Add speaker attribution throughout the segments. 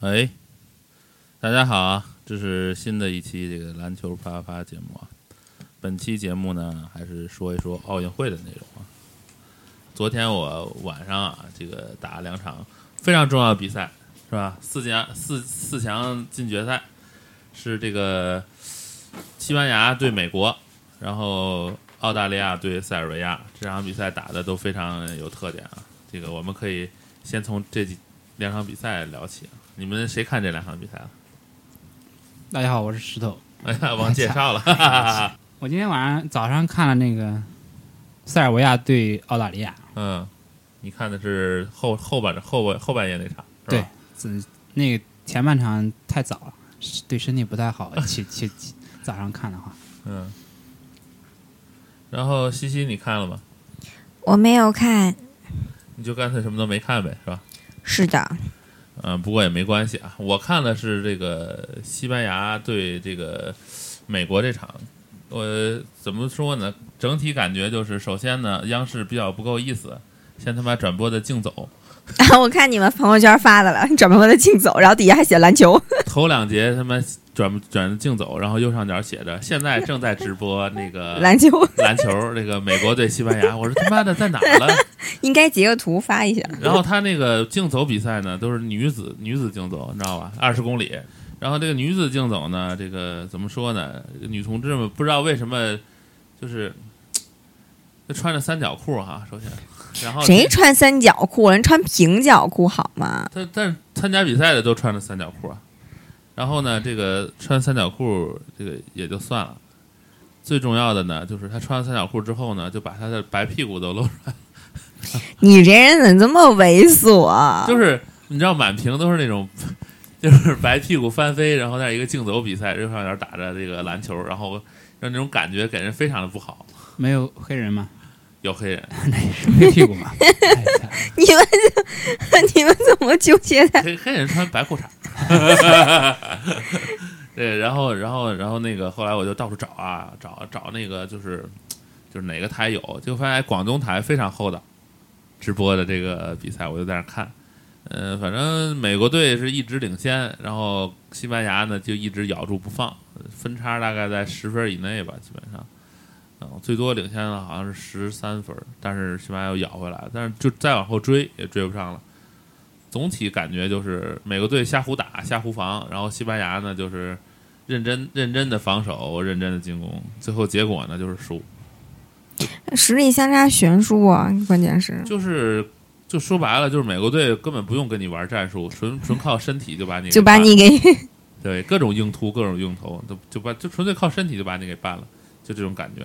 Speaker 1: 哎，大家好啊！这是新的一期这个篮球啪啪啪节目啊。本期节目呢，还是说一说奥运会的内容啊。昨天我晚上啊，这个打了两场非常重要的比赛，是吧？四强四四强进决赛是这个西班牙对美国，然后澳大利亚对塞尔维亚。这场比赛打的都非常有特点啊。这个我们可以先从这几两场比赛聊起啊。你们谁看这两场比赛了？
Speaker 2: 大家好，我是石头。
Speaker 1: 哎呀，忘介绍了，哈哈哈哈
Speaker 2: 我今天晚上早上看了那个塞尔维亚对澳大利亚，
Speaker 1: 嗯，你看的是后后半后半后半夜那场，是
Speaker 2: 对
Speaker 1: 吧？，
Speaker 2: 嗯，那个前半场太早了，是对身体不 太好。起起起早上看的话，
Speaker 1: 嗯。然后西西，你看了吗？
Speaker 3: 我没有看，
Speaker 1: 你就干脆什么都没看呗，是吧？
Speaker 3: 是的，
Speaker 1: 嗯，不过也没关系啊。我看的是这个西班牙对这个美国这场，我怎么说呢？整体感觉就是，首先呢，央视比较不够意思，先他妈转播的竞 走，
Speaker 3: 我看你们朋友圈发的了，转播的竞走，然后底下还写篮球，
Speaker 1: 头两节他妈转转竞走，然后右上角写着现在正在直播那个
Speaker 3: 篮球
Speaker 1: 篮球，那个美国对西班牙， 我说他妈的在哪儿了？
Speaker 3: 应该截个图发一下。
Speaker 1: 然后他那个竞走比赛呢，都是女子女子竞走，你知道吧？二十公里。然后这个女子竞走呢，这个怎么说呢？女同志们不知道为什么，就是就穿着三角裤哈、首先，然后
Speaker 3: 谁穿三角裤？人穿平角裤好吗？
Speaker 1: 他但是参加比赛的都穿着三角裤啊。然后呢，这个穿三角裤这个也就算了，最重要的呢，就是他穿完三角裤之后呢，就把他的白屁股都露出来，
Speaker 3: 你这人怎么这么猥琐？啊
Speaker 1: 就是你知道满屏都是那种， 就是白屁股翻飞，然后在一个竞走比赛，右上角打着这个篮球，然后让那种感觉给人非常的不好。
Speaker 2: 没有黑人嘛，
Speaker 1: 有黑人，
Speaker 2: 那也是黑屁股 嘛。哎呀
Speaker 3: 你们 怎你们怎么纠结在？
Speaker 1: 黑黑人穿白裤衩。 对，然后，然后，然后那个，后来我就到处找啊，找找那个，就是就是哪个台有，就发现广东台非常厚道，直播的这个比赛，我就在那看。嗯、反正美国队是一直领先，然后西班牙呢就一直咬住不放，分差大概在十分以内吧，基本上。嗯，最多领先了好像是十三分，但是西班牙又咬回来了，但是就再往后追也追不上了。总体感觉就是美国队瞎胡打、瞎胡防，然后西班牙呢就是认真认真的防守、认真的进攻，最后结果呢就是输。
Speaker 3: 实力相差悬殊啊！关键是
Speaker 1: 就是就说白了，就是美国队根本不用跟你玩战术，纯纯靠身体就把你
Speaker 3: 就把
Speaker 1: 给
Speaker 3: 你给
Speaker 1: 办对各种硬突、各种硬投，就就把就纯粹靠身体就把你给办了，就这种感觉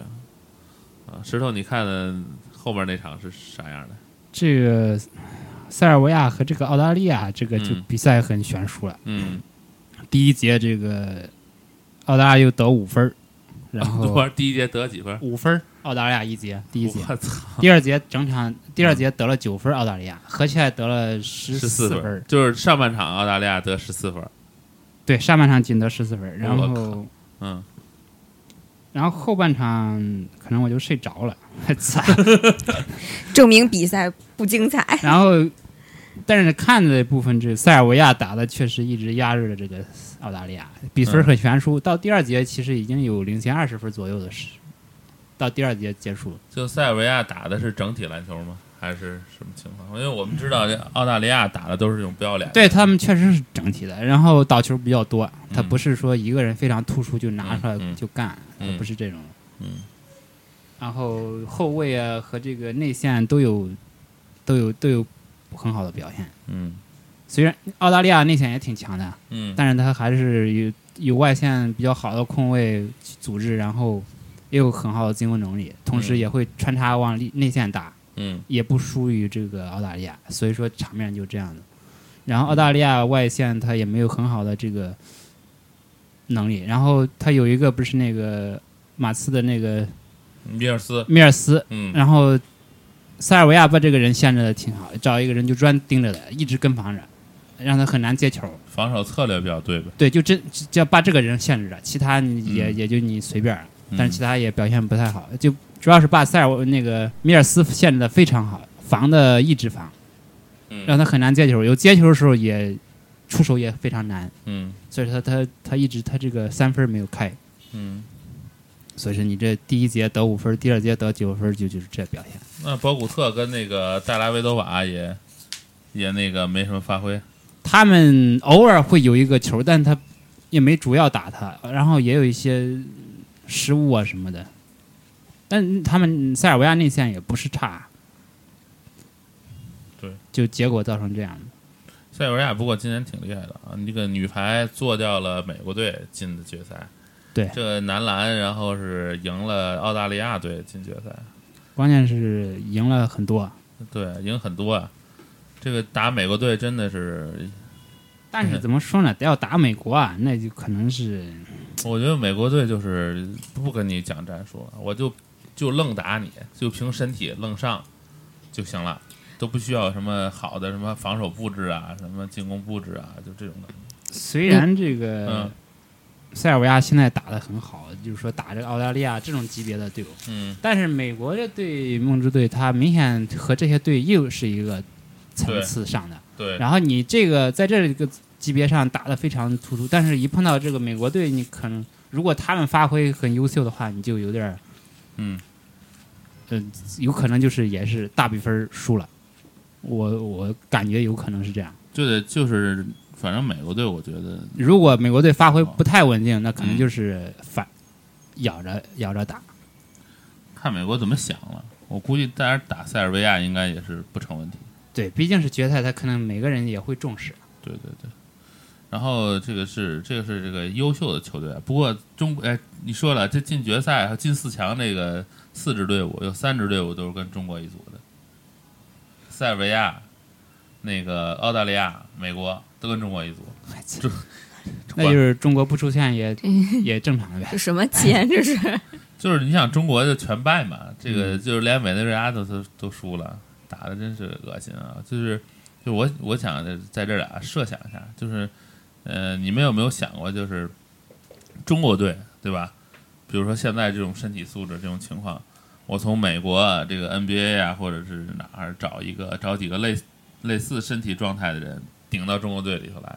Speaker 1: 啊。石头，你看后面那场是啥样的？
Speaker 2: 这个塞尔维亚和这个澳大利亚这个就
Speaker 1: 嗯
Speaker 2: 比赛很悬殊了。
Speaker 1: 嗯，
Speaker 2: 第一节这个澳大利亚又得五分儿，然后
Speaker 1: 玩第一节得几分？
Speaker 2: 五分儿澳大利亚一节，第一节。
Speaker 1: 我操，
Speaker 2: 第二节整场，第二节得了九分，澳大利亚合起来得了十
Speaker 1: 十四
Speaker 2: 分
Speaker 1: 分
Speaker 2: 儿，，
Speaker 1: 就是上半场澳大利亚得十四分，
Speaker 2: 对，上半场仅得十四分儿，然
Speaker 1: 我
Speaker 2: 后
Speaker 1: 嗯。
Speaker 2: 然后后半场可能我就睡着了， 惨。
Speaker 3: 证明比赛不精彩。
Speaker 2: 然后但是看的部分，这塞尔维亚打的确实一直压制了这个澳大利亚，比分很悬殊。到第二节其实已经有领先二十分左右的时，到第二节结束，
Speaker 1: 就塞尔维亚打的是整体篮球吗？还是什么情况？因为我们知道这澳大利亚打的都是这种不要脸的，
Speaker 2: 对他们确实是整体的，然后倒球比较多，他
Speaker 1: 嗯
Speaker 2: 不是说一个人非常突出就拿出来
Speaker 1: 嗯嗯
Speaker 2: 就干，
Speaker 1: 嗯
Speaker 2: 不是这种。
Speaker 1: 嗯
Speaker 2: 然后后卫啊和这个内线都有都有都有很好的表现。
Speaker 1: 嗯
Speaker 2: 虽然澳大利亚内线也挺强的，
Speaker 1: 嗯
Speaker 2: 但是他还是有有外线比较好的控卫组织，然后也有很好的进攻能力，同时也会穿插往里内线打，
Speaker 1: 嗯
Speaker 2: 也不输于这个澳大利亚，所以说场面就这样的。然后澳大利亚外线他也没有很好的这个能力，然后他有一个不是那个马刺的那个
Speaker 1: 米嗯尔斯，
Speaker 2: 米尔斯，
Speaker 1: 嗯
Speaker 2: 然后塞尔维亚把这个人限制的挺好，找一个人就专盯着他，一直跟防着，让他很难接球。
Speaker 1: 防守策略比较对呗，
Speaker 2: 对，就真只要把这个人限制着，其他你也、
Speaker 1: 嗯
Speaker 2: 也就你随便儿。
Speaker 1: 嗯
Speaker 2: 但是其他也表现不太好，就主要是把塞尔维那个米尔斯限制的非常好，防的一直防，
Speaker 1: 嗯
Speaker 2: 让他很难接球。有接球的时候也出手也非常难，
Speaker 1: 嗯
Speaker 2: 所以说他他他一直他这个三分没有开，
Speaker 1: 嗯，
Speaker 2: 所以说你这第一节得五分，第二节得九分，就就是这表现。
Speaker 1: 那博古特跟那个戴拉维多瓦也也那个没什么发挥，
Speaker 2: 他们偶尔会有一个球，但他也没主要打他，然后也有一些失误啊什么的。但他们塞尔维亚内线也不是差，
Speaker 1: 对，
Speaker 2: 就结果造成这样的。
Speaker 1: 塞尔维亚不过今年挺厉害的啊，那个女排做掉了美国队进的决赛，
Speaker 2: 对
Speaker 1: 这个男篮然后是赢了澳大利亚队进决赛，
Speaker 2: 关键是赢了很多，
Speaker 1: 对，赢很多啊。这个打美国队真的是，
Speaker 2: 但是怎么说呢？要打美国啊，那就可能是
Speaker 1: 我觉得美国队就是不跟你讲战术了，我就就愣打你，就凭身体愣上就行了，都不需要什么好的什么防守布置啊，什么进攻布置啊，就这种的。
Speaker 2: 虽然这
Speaker 1: 嗯
Speaker 2: 个塞尔维亚现在打得很好，就是说打这个澳大利亚这种级别的队伍，
Speaker 1: 嗯，
Speaker 2: 但是美国这队梦之队，它明显和这些队又是一个层次上的。
Speaker 1: 对，
Speaker 2: 然后你这个在这个级别上打得非常突出，但是一碰到这个美国队，你可能如果他们发挥很优秀的话，你就有点儿
Speaker 1: 嗯，
Speaker 2: 嗯、有可能就是也是大比分输了。我我感觉有可能是这样。
Speaker 1: 就得就是，反正美国队我觉得
Speaker 2: 如果美国队发
Speaker 1: 哦
Speaker 2: 挥不太稳定，那
Speaker 1: 嗯
Speaker 2: 可能就是反、咬着咬着打。
Speaker 1: 看美国怎么想了。我估计当然打塞尔维亚应该也是不成问题。
Speaker 2: 对，毕竟是决赛，他可能每个人也会重视。
Speaker 1: 对对对。然后这个是这个是这个优秀的球队啊，不过中哎你说了，这进决赛和进四强这个四支队伍有三支队伍都是跟中国一组的，塞尔维亚、那个澳大利亚、美国都跟中国一组，这
Speaker 2: 那就是中国不出现也也正常呗。
Speaker 3: 这什么钱？这是
Speaker 1: 就是你想中国就全败嘛，这个就是连委内瑞拉都都都输了，打的真是恶心啊！就是就我我想在这儿啊设想一下，就是呃，你们有没有想过，就是中国队对吧？比如说现在这种身体素质这种情况，我从美国啊这个 NBA 啊或者是哪儿找一个找几个类类似身体状态的人顶到中国队里头来，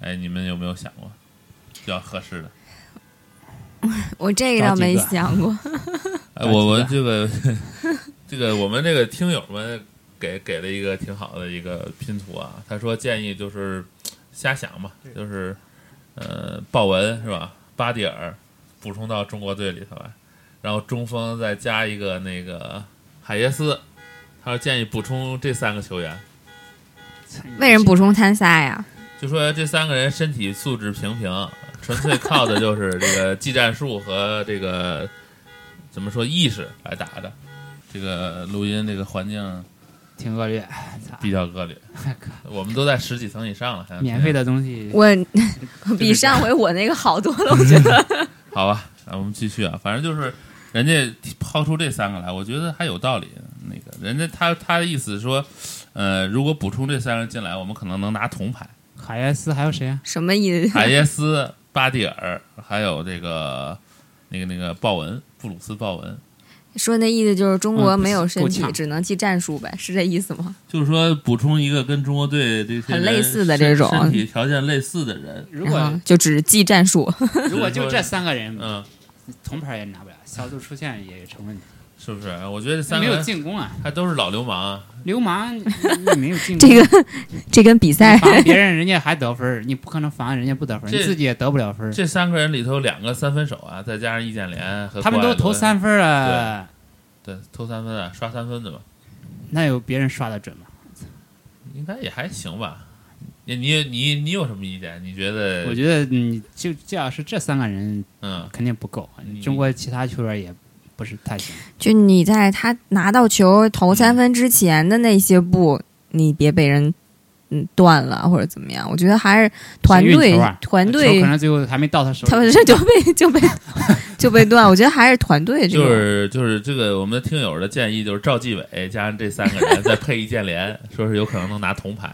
Speaker 1: 哎，你们有没有想过比较合适的？
Speaker 3: 我这个倒没想过。
Speaker 1: 哎，
Speaker 2: 打
Speaker 1: 我
Speaker 2: 击啊
Speaker 1: 们
Speaker 2: 吧
Speaker 1: 这个 这个我们这个听友们给给了一个挺好的一个拼图啊，他说建议就是瞎想嘛，就是呃鲍文是吧？巴蒂尔补充到中国队里头来，然后中锋再加一个那个海耶斯，他说建议补充这三个球员，
Speaker 3: 为什么补充参赛呀？
Speaker 1: 就说这三个人身体素质平平，纯粹靠的就是这个技战术和这个怎么说意识来打的。这个录音这个环境
Speaker 2: 挺恶 劣？操
Speaker 1: 比较恶劣，我们都在十几层以上了，还
Speaker 2: 免费的东西
Speaker 3: 我 比上回我那个好多了，我觉得。
Speaker 1: 好吧？啊，我们继续啊，反正就是人家抛出这三个来，我觉得还有道理。那个人家他他的意思说，呃，如果补充这三个人进来，我们可能能拿铜牌。
Speaker 2: 海耶斯还有谁啊？
Speaker 3: 什么意思？
Speaker 1: 海耶斯、巴蒂尔，还有这个那个那个鲍文，布鲁斯鲍文。
Speaker 3: 说那意思就是中国
Speaker 2: 嗯
Speaker 3: 没有身
Speaker 2: 够
Speaker 3: 体，
Speaker 2: 呛
Speaker 3: 只能记战术呗，是这意思吗？
Speaker 1: 就是说补充一个跟中国队这些人
Speaker 3: 很类似的这种
Speaker 1: 身身体条件类似的人。
Speaker 2: 如
Speaker 3: 然后
Speaker 2: 果
Speaker 3: 就只记战术，
Speaker 2: 如果
Speaker 1: 只是
Speaker 2: 就
Speaker 1: 说
Speaker 2: 这，三个人，
Speaker 1: 嗯，
Speaker 2: 铜牌也拿不了，小组出线也成问题。
Speaker 1: 是不是？我觉得这三
Speaker 2: 没
Speaker 1: 个
Speaker 2: 有
Speaker 1: 人
Speaker 2: 进攻啊，
Speaker 1: 还都是老流氓啊。
Speaker 2: 流氓你你没有进攻。
Speaker 3: 这个这跟比赛
Speaker 2: 你防别人人家还得分儿，你不可能防人家不得分儿，
Speaker 1: 这
Speaker 2: 你自己也得不了分儿。
Speaker 1: 这三个人里头有两个三分手啊，再加上易建联和
Speaker 2: 他们
Speaker 1: 郭艾
Speaker 2: 都
Speaker 1: 伦
Speaker 2: 投，三分儿啊，
Speaker 1: 对，投三分啊，刷三分的嘛，
Speaker 2: 那有别人刷的准吗？
Speaker 1: 应该也还行吧。你你你你有什么意见？你觉得？
Speaker 2: 我
Speaker 1: 得
Speaker 2: 觉得你就这要是这三个人
Speaker 1: 嗯，
Speaker 2: 肯定不够啊
Speaker 1: 你，
Speaker 2: 中国其他球员也不是太行。
Speaker 3: 就你在他拿到球
Speaker 2: 嗯
Speaker 3: 投三分之前的那些步，你别被人嗯断了或者怎么样。我觉得还是团
Speaker 2: 运
Speaker 3: 队、
Speaker 2: 球啊
Speaker 3: 团
Speaker 2: 球
Speaker 3: 队
Speaker 2: 可，能最后还没到他手里。
Speaker 3: 他们这就被 就被就被断。我觉得还是团队这
Speaker 1: 就
Speaker 3: 种。
Speaker 1: 是就是这个，我们的听友的建议就是赵继伟加上这三个人，再配易建联，说是有可能能拿铜牌。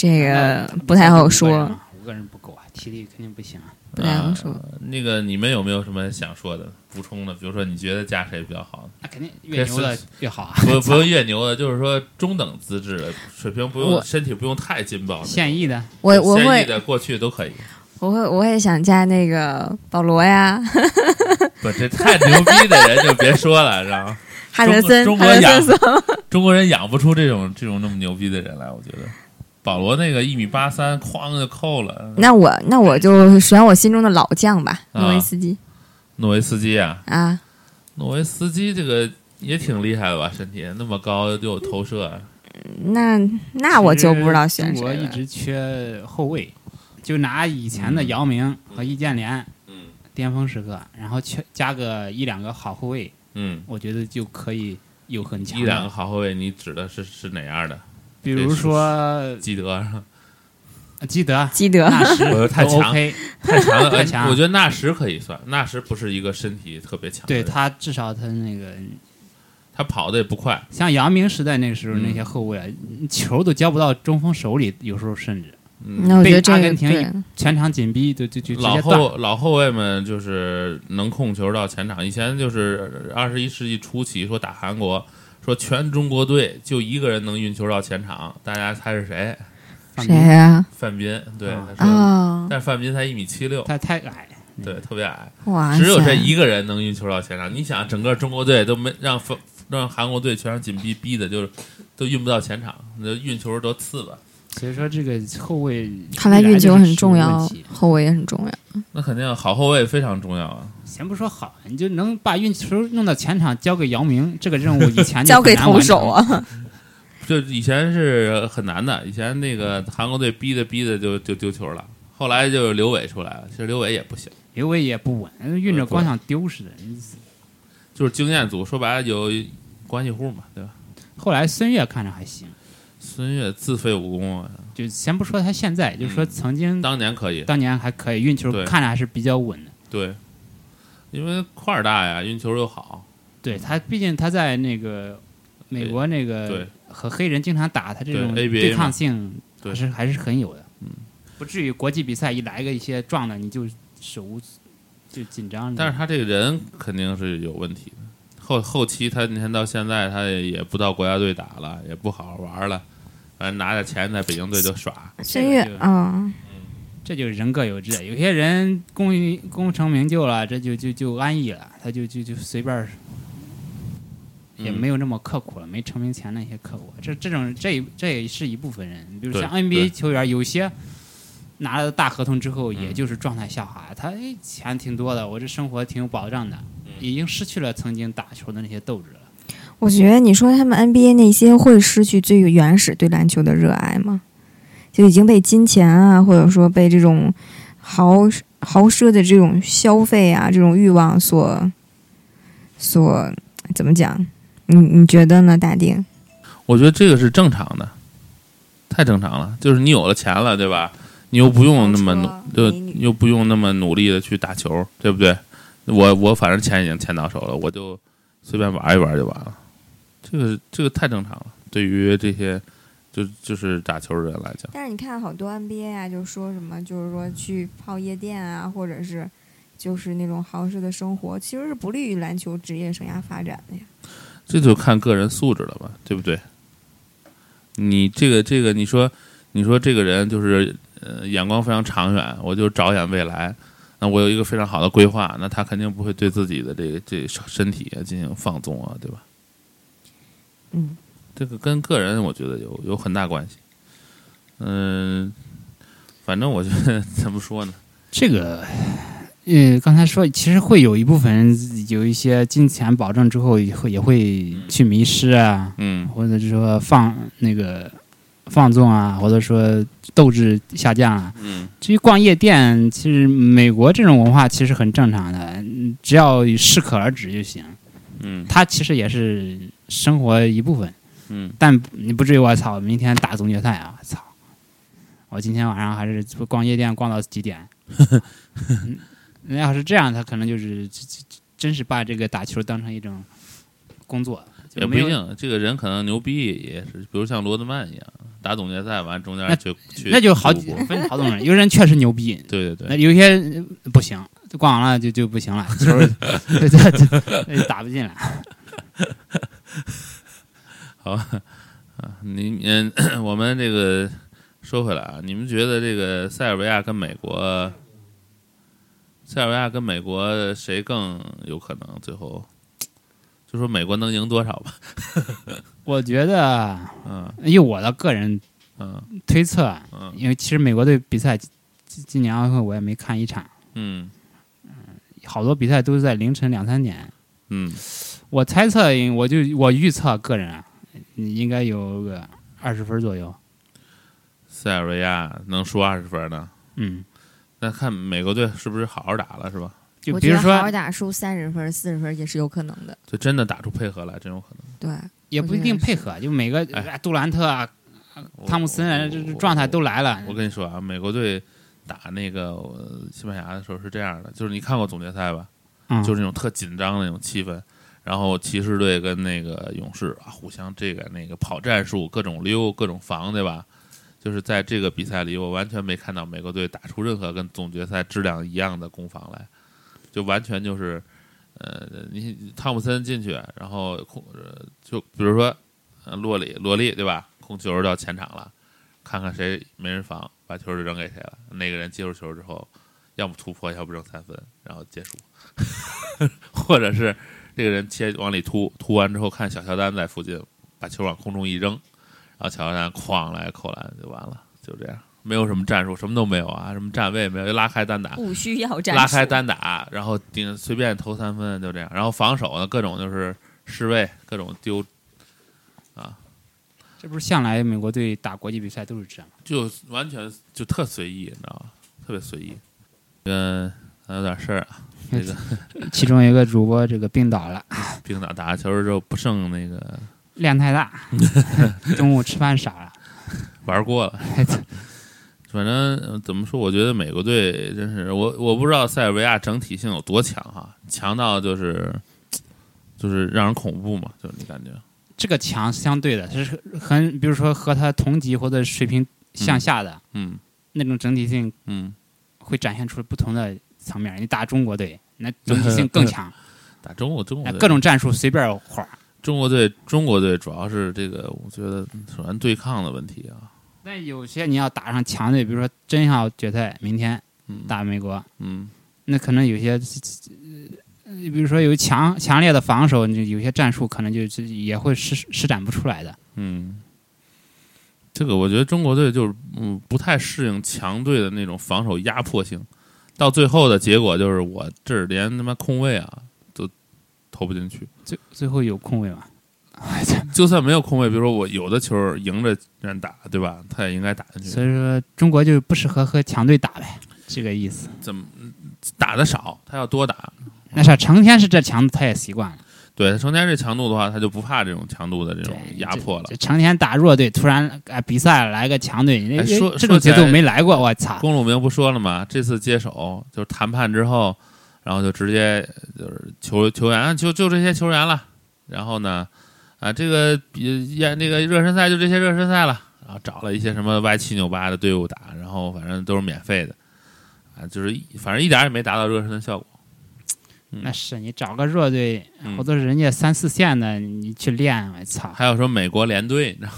Speaker 3: 这
Speaker 2: 那
Speaker 3: 个不太好说。
Speaker 2: 五个人嘛，五个人不够啊，体力肯定不行啊。
Speaker 3: 不太能说
Speaker 1: 啊那个你们有没有什么想说的、补充的？比如说你觉得嫁谁比较好？
Speaker 2: 那肯定越牛的越好啊，
Speaker 1: 不不用越牛的，就是说中等资质的水平，不用
Speaker 3: 我
Speaker 1: 身体不用太劲爆的。
Speaker 2: 现役的
Speaker 3: 我我
Speaker 1: 现役
Speaker 3: 会
Speaker 1: 的过去都可以，
Speaker 3: 我会我会想嫁那个保罗呀，
Speaker 1: 不这太牛逼的人就别说了，然 后
Speaker 3: 哈
Speaker 1: 中
Speaker 3: 德森，
Speaker 1: 国
Speaker 3: 哈德森
Speaker 1: 中
Speaker 3: 索马，
Speaker 1: 中国人养不出这种这种那么牛逼的人来，我觉得。保罗那个一米八三，哐就扣
Speaker 2: 嗯
Speaker 1: 了。
Speaker 3: 那我那我就选我心中的老将吧，
Speaker 1: 啊
Speaker 3: 诺维斯基
Speaker 1: 诺维斯基啊，
Speaker 3: 啊，
Speaker 1: 诺维斯基这个也挺厉害的吧？身体那么高又有投射，啊
Speaker 3: 那那我就不知道选
Speaker 2: 中国
Speaker 3: 谁
Speaker 2: 一
Speaker 3: 了。
Speaker 2: 直缺后卫，就拿以前的姚明和易建联，
Speaker 1: 嗯，
Speaker 2: 巅峰时刻，然后缺加个一两个好后卫，
Speaker 1: 嗯，
Speaker 2: 我觉得就可以有很强
Speaker 1: 一
Speaker 2: 的
Speaker 1: 两个，好后卫，你指的是是哪样 的？啊
Speaker 2: 比如说呃
Speaker 1: 基德，
Speaker 2: 基 德、
Speaker 3: 基德，
Speaker 2: 纳什
Speaker 1: 我觉得太
Speaker 2: 都
Speaker 1: 强
Speaker 2: OK，
Speaker 1: 太强 了，
Speaker 2: 太强
Speaker 1: 呃我觉得纳什可以算，纳什不是一个身体特别强的
Speaker 2: 对
Speaker 1: 人，
Speaker 2: 他至少他那个
Speaker 1: 他跑的也不快，
Speaker 2: 像姚明时代那个时候
Speaker 1: 嗯
Speaker 2: 那些后卫啊，球都交不到中锋手里，有时候甚至
Speaker 3: 那我觉得这
Speaker 2: 被阿
Speaker 3: 个
Speaker 2: 根廷
Speaker 3: 对
Speaker 2: 一全场紧逼就就就直
Speaker 1: 嗯老
Speaker 2: 接断。
Speaker 1: 后老后卫们就是能控球到前场，以前就是二十一世纪初期说打韩国，说全中国队就一个人能运球到前场，大家猜是谁？
Speaker 2: 范
Speaker 3: 谁
Speaker 2: 冰
Speaker 3: 呀？
Speaker 1: 范斌，对，
Speaker 2: 啊
Speaker 1: 他说，
Speaker 3: 啊，
Speaker 1: 但是范斌才一米七六，
Speaker 2: 他太矮，
Speaker 1: 对，特别矮，
Speaker 3: 哇塞，
Speaker 1: 只有这一个人能运球到前场。你想，整个中国队都没让范让韩国队全场紧逼逼的，就是都运不到前场，那运球多次吧。
Speaker 2: 所以说这个后卫
Speaker 3: 看来运球很重
Speaker 2: 历来
Speaker 3: 要
Speaker 2: 就是个问题，
Speaker 3: 后卫也很重要。
Speaker 1: 那肯定好后卫非常重要啊。
Speaker 2: 先不说好，你就能把运球弄到前场交给姚明，这个任务以前就
Speaker 3: 交给
Speaker 2: 很难
Speaker 3: 投
Speaker 2: 完
Speaker 3: 手
Speaker 2: 成！
Speaker 3: 啊，
Speaker 1: 就以前是很难的，以前那个韩国队逼的逼的就就丢球了，后来就刘伟出来了，其实刘伟也不行，
Speaker 2: 刘伟也不稳，运着光想丢似的。你
Speaker 1: 就是经验组，说白了有关系户嘛，对吧？
Speaker 2: 后来孙悦看着还行，
Speaker 1: 孙悦自废武功啊，
Speaker 2: 就先不说他现在，就说曾经
Speaker 1: 嗯当年可以，
Speaker 2: 当年还可以，运球
Speaker 1: 对
Speaker 2: 看着还是比较稳的。
Speaker 1: 对，因为块儿大呀，运球又好，
Speaker 2: 对他，毕竟他在那个美国那
Speaker 1: 对
Speaker 2: 个和黑人经常打，他这种
Speaker 1: 对 ABA
Speaker 2: 对抗性
Speaker 1: 对
Speaker 2: 还是还是很有的。嗯，不至于国际比赛一来个一些撞的你就手无就紧张。
Speaker 1: 但是他这个人肯定是有问题的，后后期他你看到现在他也也不到国家队打了，也不好好玩了，反正拿着钱在北京队就耍，
Speaker 2: 这
Speaker 3: 孙
Speaker 2: 个
Speaker 3: 悦
Speaker 2: 就，
Speaker 3: 嗯，
Speaker 2: 这就是人各有志，有些人功于功成名就了，这就就就安逸了，他就就就随便儿，也
Speaker 1: 嗯
Speaker 2: 没有那么刻苦了，没成名前那些刻苦。这这种这一这也是一部分人，比如
Speaker 1: 对
Speaker 2: 像
Speaker 1: 对
Speaker 2: NBA 球员，有些拿了大合同之后，
Speaker 1: 嗯
Speaker 2: 也就是状态下滑，他哎钱挺多的，我这生活挺有保障的，
Speaker 1: 嗯
Speaker 2: 已经失去了曾经打球的那些斗志了。
Speaker 3: 我觉得你说他们 NBA 那些会失去最原始对篮球的热爱吗？就已经被金钱啊，或者说被这种豪豪奢的这种消费啊，这种欲望所所怎么讲？你你觉得呢，大定？
Speaker 1: 我觉得这个是正常的，太正常了。就是你有了钱了，对吧？你又不用那么努
Speaker 3: 豪，车
Speaker 1: 就
Speaker 3: 美女
Speaker 1: 又不用那么努力的去打球，对不对？我我反正钱已经钱到手了，我就随便玩一玩就完了。这个这个太正常了，对于这些就就是打球的人来讲，
Speaker 3: 但是你看好多 NBA 啊，就说什么，就是说去泡夜店啊，或者是就是那种豪奢的生活，其实是不利于篮球职业生涯发展的呀。
Speaker 1: 这就看个人素质了吧，对不对？你这个这个，你说你说这个人就是呃眼光非常长远，我就着眼未来。那我有一个非常好的规划，那他肯定不会对自己的这个这身体啊进行放纵啊，对吧？
Speaker 3: 嗯，
Speaker 1: 这个跟个人我觉得有有很大关系。嗯、反正我觉得 怎么说呢？
Speaker 2: 这个，呃，刚才说，其实会有一部分人有一些金钱保证之后，也会也会去迷失啊，
Speaker 1: 嗯
Speaker 2: 或者是说放那个放纵啊，或者说斗志下降啊。
Speaker 1: 嗯，
Speaker 2: 至于逛夜店，其实美国这种文化其实很正常的，嗯只要适可而止就行。
Speaker 1: 嗯
Speaker 2: 它其实也是生活一部分，
Speaker 1: 嗯，
Speaker 2: 但你不至于我操，明天打总决赛啊，操！我今天晚上还是逛夜店逛到几点？ 嗯那要是这样，他可能就是真是把这个打球当成一种工作，就
Speaker 1: 也不
Speaker 2: 没
Speaker 1: 一
Speaker 2: 有
Speaker 1: 定，这个人可能牛逼也是，比如像罗德曼一样，打总决赛完中
Speaker 2: 那
Speaker 1: 间去去
Speaker 2: 那就好
Speaker 1: 赌
Speaker 2: 几
Speaker 1: 博
Speaker 2: 分好多人，有人确实牛逼，
Speaker 1: 对对
Speaker 2: 那
Speaker 1: 对，
Speaker 2: 有些呃不行，就逛完了就就不行了，球 儿这这这打不进来。
Speaker 1: 好吧，啊，你嗯， 我们这个说回来啊，你们觉得这个塞尔维亚跟美国，塞尔维亚跟美国谁更有可能最后？就说美国能赢多少吧，
Speaker 2: 我觉得，
Speaker 1: 嗯
Speaker 2: 以我的个人
Speaker 1: 嗯
Speaker 2: 推测啊，
Speaker 1: 嗯
Speaker 2: 因为其实美国队比赛今今年奥运会我也没看一场，
Speaker 1: 嗯
Speaker 2: 好多比赛都是在凌晨两三点。
Speaker 1: 嗯，
Speaker 2: 我猜测，我就我预测个人啊，你应该有个二十分左右。
Speaker 1: 塞尔维亚能输二十分呢？
Speaker 2: 嗯，
Speaker 1: 那看美国队是不是好好打了，是吧？
Speaker 2: 就
Speaker 3: 我
Speaker 2: 比
Speaker 3: 觉
Speaker 2: 如
Speaker 3: 得好好
Speaker 2: 说，
Speaker 3: 打输三十分、四十分也是有可能的。
Speaker 1: 就真的打出配合来，真有可能。
Speaker 3: 对，
Speaker 2: 也不一定配合，就每个
Speaker 1: 哎
Speaker 2: 杜兰特啊、
Speaker 1: 我
Speaker 2: 汤姆森啊，
Speaker 1: 我
Speaker 2: 这这
Speaker 1: 我
Speaker 2: 状态都来了。
Speaker 1: 我跟你说啊，美国队打那个呃西班牙的时候是这样的，就是你看过总决赛吧，
Speaker 2: 嗯
Speaker 1: 就是那种特紧张的那种气氛。然后骑士队跟那个勇士啊，互相这个那个跑战术，各种溜，各种防，对吧？就是在这个比赛里，我完全没看到美国队打出任何跟总决赛质量一样的攻防来，就完全就是，呃，你汤普森进去，然后控，呃就比如说，呃，洛里，罗莉对吧？控球到前场了，看看谁没人防，把球就扔给谁了，那个人接住球之后，要么突破，要不扔三分，然后结束。 或者是这个人切往里突，突完之后看小乔丹在附近，把球往空中一扔，然后小乔丹哐来扣篮就完了，就这样，没有什么战术，什么都没有啊，什么站位没有，就拉开单打，
Speaker 3: 不需要
Speaker 1: 拉开单打，然后顶随便投三分就这样，然后防守呢各种就是示卫，各种丢，
Speaker 2: 这不是向来美国队打国际比赛都是这样吗。
Speaker 1: 就完全就特随意，你知道吗？特别随意，嗯。还有点事儿 啊，这个
Speaker 2: 其中一个主播这个病倒了，
Speaker 1: 冰岛打完球之后不剩那个
Speaker 2: 量太 大，中午吃饭傻了。
Speaker 1: 玩过了。 反正呃怎么说，我觉得美国队真是我，我不知道塞尔维亚整体性有多强哈，强到就是就是让人恐怖嘛，就是你感觉，
Speaker 2: 这个强是相对的，是很比如说和他同级或者水平向下的、
Speaker 1: 嗯
Speaker 2: 那种整体性，
Speaker 1: 嗯，
Speaker 2: 会展现出不同的层面。你打中国队，那整体性更强，
Speaker 1: 打中国中国
Speaker 2: 那
Speaker 1: 队
Speaker 2: 哎各种战术随便花。
Speaker 1: 中国队中国队主要是这个，我觉得嗯首先对抗的问题啊，
Speaker 2: 但有些你要打上强队，比如说真要决赛明天
Speaker 1: 嗯
Speaker 2: 打美国，
Speaker 1: 嗯
Speaker 2: 那可能有些，呃，比如说有强强烈的防守，你有些战术可能就是也会施施展不出来的。
Speaker 1: 嗯，这个我觉得中国队就是嗯不太适应强队的那种防守压迫性，到最后的结果就是我这儿连他妈空位啊都投不进去。
Speaker 2: 最最后有空位吗？
Speaker 1: 就算没有空位，比如说我有的球儿迎着人打，对吧？他也应该打进
Speaker 2: 所
Speaker 1: 去。
Speaker 2: 以说中国就不适合和强队打呗，这个意思。
Speaker 1: 怎么打的少，他要多打。
Speaker 2: 那是成天是这强度，他也习惯了，
Speaker 1: 对他成天这强度的话，他就不怕这种强度的这种
Speaker 2: 对
Speaker 1: 压迫了
Speaker 2: 这。成天打弱队，突然啊、比赛来个强队，
Speaker 1: 哎
Speaker 2: 那
Speaker 1: 说
Speaker 2: 这种节
Speaker 1: 说
Speaker 2: 奏
Speaker 1: 起来
Speaker 2: 没来过，我操！
Speaker 1: 公路明不说了吗？这次接手就是谈判之后，然后就直接就是球球员就就这些球员了。然后呢，啊，这个比也那个热身赛就这些热身赛了。然后找了一些什么歪七扭八的队伍打，然后反正都是免费的，啊，就是一反正一点儿也没达到热身的效果。
Speaker 2: 那是你找个弱队，
Speaker 1: 嗯
Speaker 2: 或者是人家三四线的，你去练，我操！
Speaker 1: 还有说美国联队，你知道，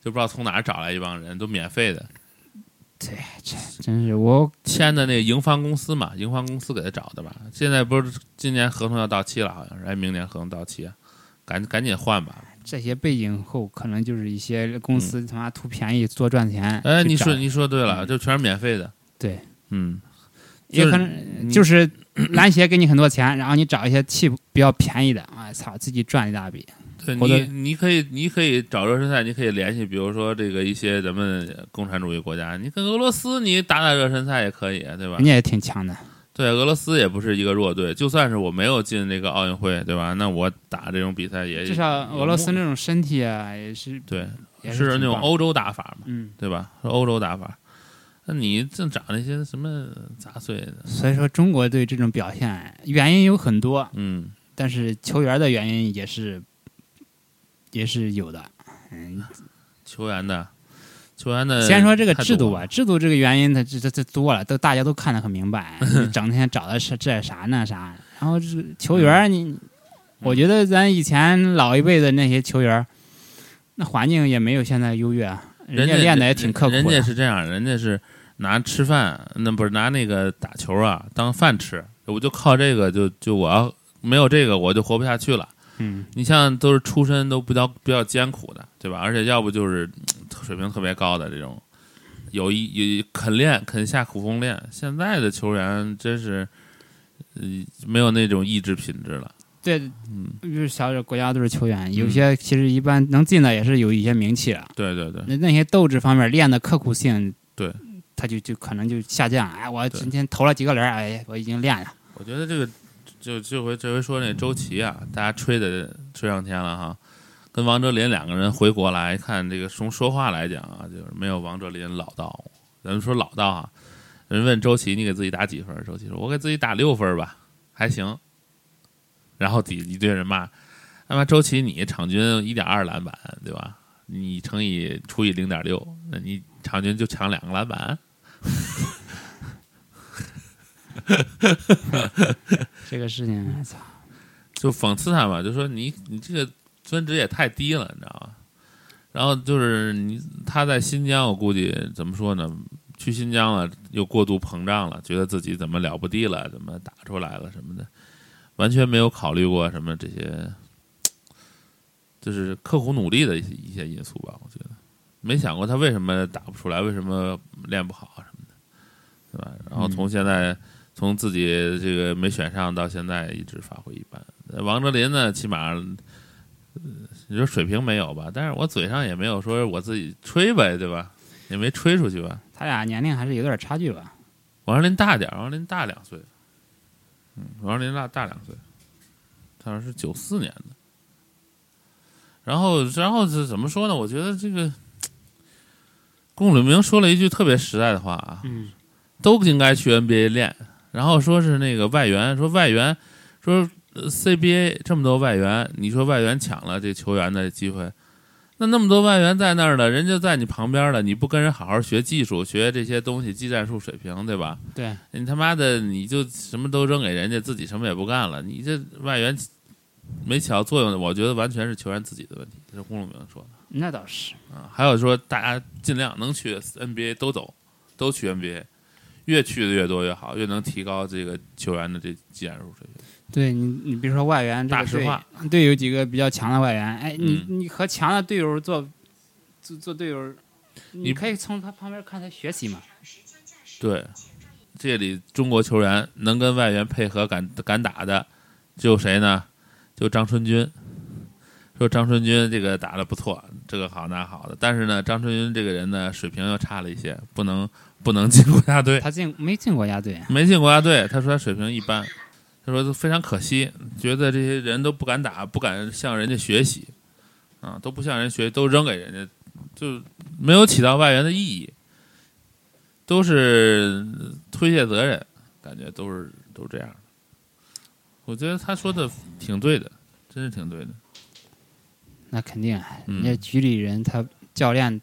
Speaker 1: 就不知道从哪儿找来一帮人，都免费的，
Speaker 2: 真是我
Speaker 1: 签的那个营方公司嘛，营方公司给他找的吧。现在不是今年合同要到期了，好像是，哎，明年合同到期，赶赶紧换吧。
Speaker 2: 这些背景后，可能就是一些公司他妈图便宜多赚钱。
Speaker 1: 嗯哎，你
Speaker 2: 去找
Speaker 1: 说你说对了，就全是免费的。
Speaker 2: 对，
Speaker 1: 嗯，
Speaker 2: 也
Speaker 1: 就是
Speaker 2: 可能就是 篮协给你很多钱，然后你找一些气比较便宜的，我操，自己赚一大笔。
Speaker 1: 对
Speaker 2: 或者
Speaker 1: 你你可以你可以找热身赛，你可以联系，比如说这个一些咱们共产主义国家，你跟俄罗斯你打打热身赛也可以，对吧
Speaker 2: 人？家也挺强的。
Speaker 1: 对，俄罗斯也不是一个弱队，就算是我没有进这个奥运会，对吧？那我打这种比赛也
Speaker 2: 至少俄罗斯那种身体啊，也是
Speaker 1: 对，
Speaker 2: 也
Speaker 1: 是那
Speaker 2: 挺
Speaker 1: 种
Speaker 2: 棒的，
Speaker 1: 欧洲打法嘛，
Speaker 2: 嗯。
Speaker 1: 对吧？是欧洲打法。那你正找那些什么杂碎的？
Speaker 2: 所以说，中国队这种表现原因有很多，
Speaker 1: 嗯，
Speaker 2: 但是球员的原因也是也是有的。嗯，
Speaker 1: 球员的，球员的。
Speaker 2: 先说这个制度吧，，制度这个原因，它这这这多了，都大家都看得很明 白。你整天找的是这啥那啥，然后这球员
Speaker 1: 嗯
Speaker 2: 儿你，我觉得咱以前老一辈的那些球员儿，那环境也没有现在优越啊，人
Speaker 1: 家
Speaker 2: 家练的也挺刻苦的。
Speaker 1: 人家是这样，人家是拿吃饭，那不是拿那个打球啊当饭吃，我就靠这个就就我要没有这个我就活不下去了。
Speaker 2: 嗯，
Speaker 1: 你像都是出身都比较比较艰苦的，对吧？而且要不就是嗯水平特别高的这种，有一有肯练肯下苦功练。现在的球员真是，呃，没有那种意志品质了。
Speaker 2: 对，
Speaker 1: 嗯
Speaker 2: 就是小点国家队儿球员，有些其实一般能进的也是有一些名气了。
Speaker 1: 对对对，
Speaker 2: 那那些斗志方面练的刻苦性，
Speaker 1: 嗯对，
Speaker 2: 他就就可能就下降。哎，我
Speaker 1: 对
Speaker 2: 今天投了几个篮儿，哎，我已经练了。
Speaker 1: 我觉得这个就这回这回说那周琦啊，大家吹的吹上天了哈。跟王哲林两个人回国来看，这个从说话来讲啊，就是没有王哲林老道。咱们说老道啊，人问周琦你给自己打几分？周琦说：“我给自己打六分吧，还行。”然后底一堆人骂：“他妈周琦你场均一点二篮板对吧？你乘以除以零点六，那你场均就抢两个篮板。”
Speaker 2: 这个事情， 操，
Speaker 1: 就讽刺他嘛，就说你你这个专职也太低了，你知道吗？然后就是你他在新疆，我估计怎么说呢？去新疆了，又过度膨胀了，觉得自己怎么了不地了，怎么打出来了什么的，完全没有考虑过什么这些，就是刻苦努力的一些一些因素吧。我觉得没想过他为什么打不出来，为什么练不好啊什么的，对吧？然后从现在、从自己这个没选上到现在一直发挥一般。呃王哲林呢，起码、呃你说水平没有吧，但是我嘴上也没有说我自己吹呗，对吧？也没吹出去吧。
Speaker 2: 他俩年龄还是有点差距吧？
Speaker 1: 王哲林大点儿，王哲林大两岁，嗯，王哲林大大两岁，他好像是九四年的。然后，然后是怎么说呢？我觉得这个龚永明说了一句特别实在的话啊，
Speaker 2: 嗯，
Speaker 1: 都应该去 NBA 练。然后说是那个外援，说外援，说呃 CBA 这么多外援，你说外援抢了这球员的机会，那那么多外援在那儿呢，人就在你旁边了，你不跟人好好学技术，学这些东西，技战术水平，对吧？
Speaker 2: 对，
Speaker 1: 你他妈的你就什么都扔给人家，自己什么也不干了，你这外援没起到作用的，我觉得完全是球员自己的问题。这是龚龙明说的。
Speaker 2: 那倒是。
Speaker 1: 啊，还有说大家尽量能去 NBA 都走，都去 NBA，越去的越多越好，越能提高这个球员的这技战术水平。
Speaker 2: 对你，你比如说外援，这
Speaker 1: 大
Speaker 2: 个
Speaker 1: 实
Speaker 2: 队
Speaker 1: 话，嗯
Speaker 2: 队有几个比较强的外援，哎，你、你和强的队友做做做队友，你可以从他旁边看他学习嘛。
Speaker 1: 对，这里中国球员能跟外援配合敢敢打的，就谁呢？就张春军。说张春军这个打的不错，这个好那好的，但是呢，张春军这个人呢水平又差了一些，不能不能进国家队。
Speaker 2: 他进没进国家队？
Speaker 1: 没进国家队，他说他水平一般，他说非常可惜，觉得这些人都不敢打，不敢向人家学习，啊，都不向人学，都扔给人家，就没有起到外援的意义，都是推卸责任，感觉都是都这样。我觉得他说的挺对的，真是挺对的。
Speaker 2: 那肯定，
Speaker 1: 嗯
Speaker 2: 人家局里人他教练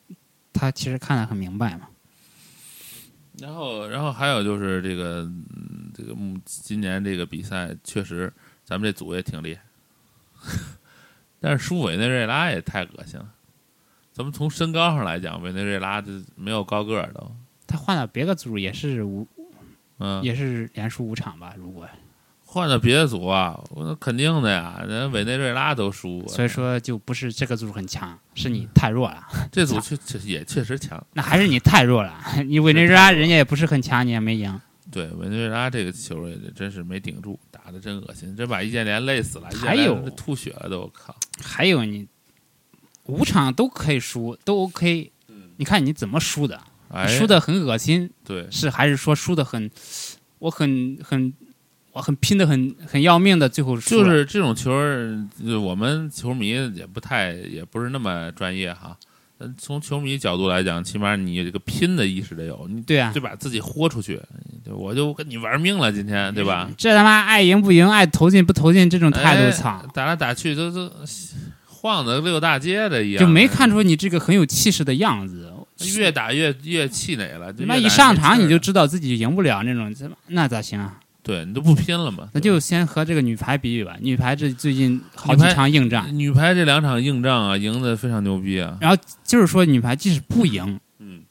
Speaker 2: 他其实看得很明白嘛。
Speaker 1: 然后，然后还有就是这个，嗯这个目今年这个比赛确实，咱们这组也挺厉害， 但是输委内瑞拉也太恶心了。咱们从身高上来讲，委内瑞拉就没有高个儿都，
Speaker 2: 他换到别个组也是五，
Speaker 1: 嗯，
Speaker 2: 也是连输五场吧，如果
Speaker 1: 换到别的组啊，我那肯定的呀，人委内瑞拉都输，啊
Speaker 2: 所以说就不是这个组很强，是
Speaker 1: 嗯
Speaker 2: 你太弱了，
Speaker 1: 这组确确也确实强。
Speaker 2: 那还是你太 弱了。你委内瑞拉人家也不是很强，你也没赢。
Speaker 1: 对，委内瑞拉这个球也真是没顶住，打的真恶心，真把易建联累死了，易建
Speaker 2: 还有
Speaker 1: 联吐血了都，我靠！
Speaker 2: 还有你五场都可以输，都 OK。你看你怎么输的？
Speaker 1: 嗯哎，
Speaker 2: 输的很恶心，
Speaker 1: 对，
Speaker 2: 是还是说输的很，我很很我很拼的很很要命的，最后输
Speaker 1: 就
Speaker 2: 了
Speaker 1: 是这种球儿，呃我们球迷也不太，也不是那么专业哈。但从球迷角度来讲，起码你这个拼的意识得有，你
Speaker 2: 对啊
Speaker 1: 就把自己豁出去，就我就跟你玩命了，今天对
Speaker 2: 嗯
Speaker 1: 吧？
Speaker 2: 这他妈爱赢不赢，爱投进不投进这种态
Speaker 1: 哎
Speaker 2: 度，操、
Speaker 1: 打来打去都都晃的溜大街的一样，
Speaker 2: 就没看出你这个很有气势的样子。
Speaker 1: 越打越越气馁了。
Speaker 2: 他
Speaker 1: 他
Speaker 2: 妈一上场你就知道自己赢不了那种，他妈那咋行啊？
Speaker 1: 对你都不拼了嘛？
Speaker 2: 那就先和这个女排比比吧。女排这最近好几
Speaker 1: 女排
Speaker 2: 场硬仗，
Speaker 1: 女排这两场硬仗啊，赢得非常牛逼啊。
Speaker 2: 然后就是说女排即使不赢，
Speaker 1: 嗯，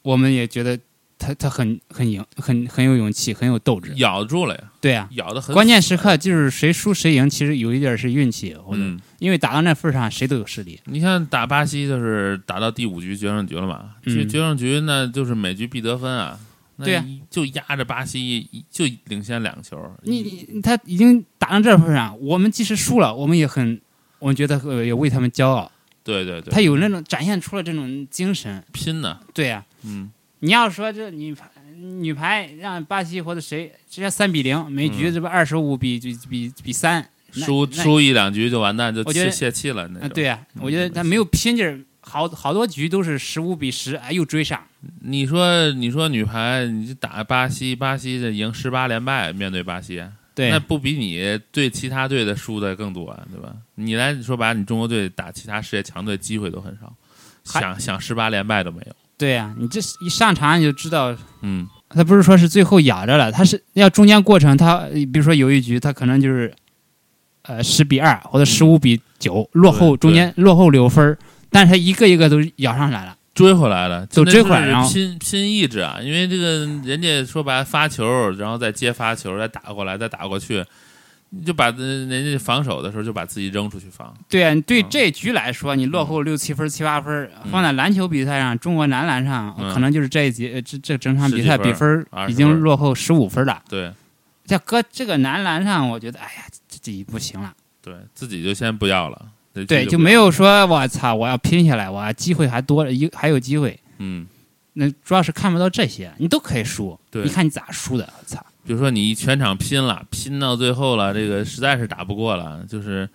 Speaker 2: 我们也觉得她她很很赢，很很有勇气，很有斗志。
Speaker 1: 咬住了呀，
Speaker 2: 对啊，
Speaker 1: 咬的很死。
Speaker 2: 关键时刻就是谁输谁赢，其实有一点是运气，我觉得，
Speaker 1: 嗯，
Speaker 2: 因为打到那份儿上，谁都有实力。
Speaker 1: 你看打巴西就是打到第五局决胜局了嘛？
Speaker 2: 嗯
Speaker 1: 这决胜局那就是每局必得分啊。那
Speaker 2: 对呀
Speaker 1: 一就压着巴西，一就领先两球。
Speaker 2: 你你他已经打到这份儿上，我们即使输了，我们也很，我们觉得呃也为他们骄傲。
Speaker 1: 对对对，
Speaker 2: 他有那种展现出了这种精神。
Speaker 1: 拼呢，
Speaker 2: 对呀、
Speaker 1: 嗯，
Speaker 2: 你要说这女排女排让巴西或者谁直接三比零，每局
Speaker 1: 嗯
Speaker 2: 这不二十五比比比比三，那
Speaker 1: 输
Speaker 2: 那
Speaker 1: 输一两局就完蛋，就
Speaker 2: 我觉
Speaker 1: 泄
Speaker 2: 得
Speaker 1: 泄气了那
Speaker 2: 啊，
Speaker 1: 种。
Speaker 2: 对呀、
Speaker 1: 嗯
Speaker 2: 我觉得他没有拼劲儿，好好多局都是十五比十，哎，又追上。
Speaker 1: 你说你说女排，你就打巴西，巴西这赢十八连败，面对巴西，
Speaker 2: 对
Speaker 1: 那不比你对其他队的输的更多啊，对吧？你来你说白了，你中国队打其他世界强队机会都很少，
Speaker 2: 还
Speaker 1: 想想十八连败都没有。
Speaker 2: 对呀、你这一上场你就知道
Speaker 1: 嗯，
Speaker 2: 他不是说是最后咬着了，他是要中间过程，他比如说有一局，他可能就是，呃，十比二或者十五比九落后，
Speaker 1: 对
Speaker 2: 中间落后六分儿，但是他一个一个都咬上来了。
Speaker 1: 追回来了，
Speaker 2: 就
Speaker 1: 真的
Speaker 2: 追回来然后
Speaker 1: 是拼拼意志啊！因为这个人家说白了发球，然后再接发球，再打过来，再打过去，你就把呃人家防守的时候就把自己扔出去防。
Speaker 2: 对啊，你对
Speaker 1: 嗯
Speaker 2: 这局来说，你落后六七分、七八分儿，
Speaker 1: 嗯
Speaker 2: 放在篮球比赛上，中国男篮上，
Speaker 1: 嗯
Speaker 2: 可能就是这一节呃这这整场比
Speaker 1: 十
Speaker 2: 赛
Speaker 1: 几
Speaker 2: 比分儿
Speaker 1: 分儿
Speaker 2: 已
Speaker 1: 20分
Speaker 2: 经
Speaker 1: 儿
Speaker 2: 落后十五分了。
Speaker 1: 对
Speaker 2: 这搁这个男篮上，我觉得，哎呀，这这不行了。
Speaker 1: 对，自己就先不要了。这
Speaker 2: 对，
Speaker 1: 这
Speaker 2: 就
Speaker 1: 不
Speaker 2: 没
Speaker 1: 要了
Speaker 2: 有说我操，我要拼下来，我机会还多了，一还有机会。
Speaker 1: 嗯。
Speaker 2: 那主要是看不到这些，你都可以输。
Speaker 1: 对
Speaker 2: 你看你咋输的？我操！
Speaker 1: 比如说你全场拼了，拼到最后了，这个实在是打不过了，就是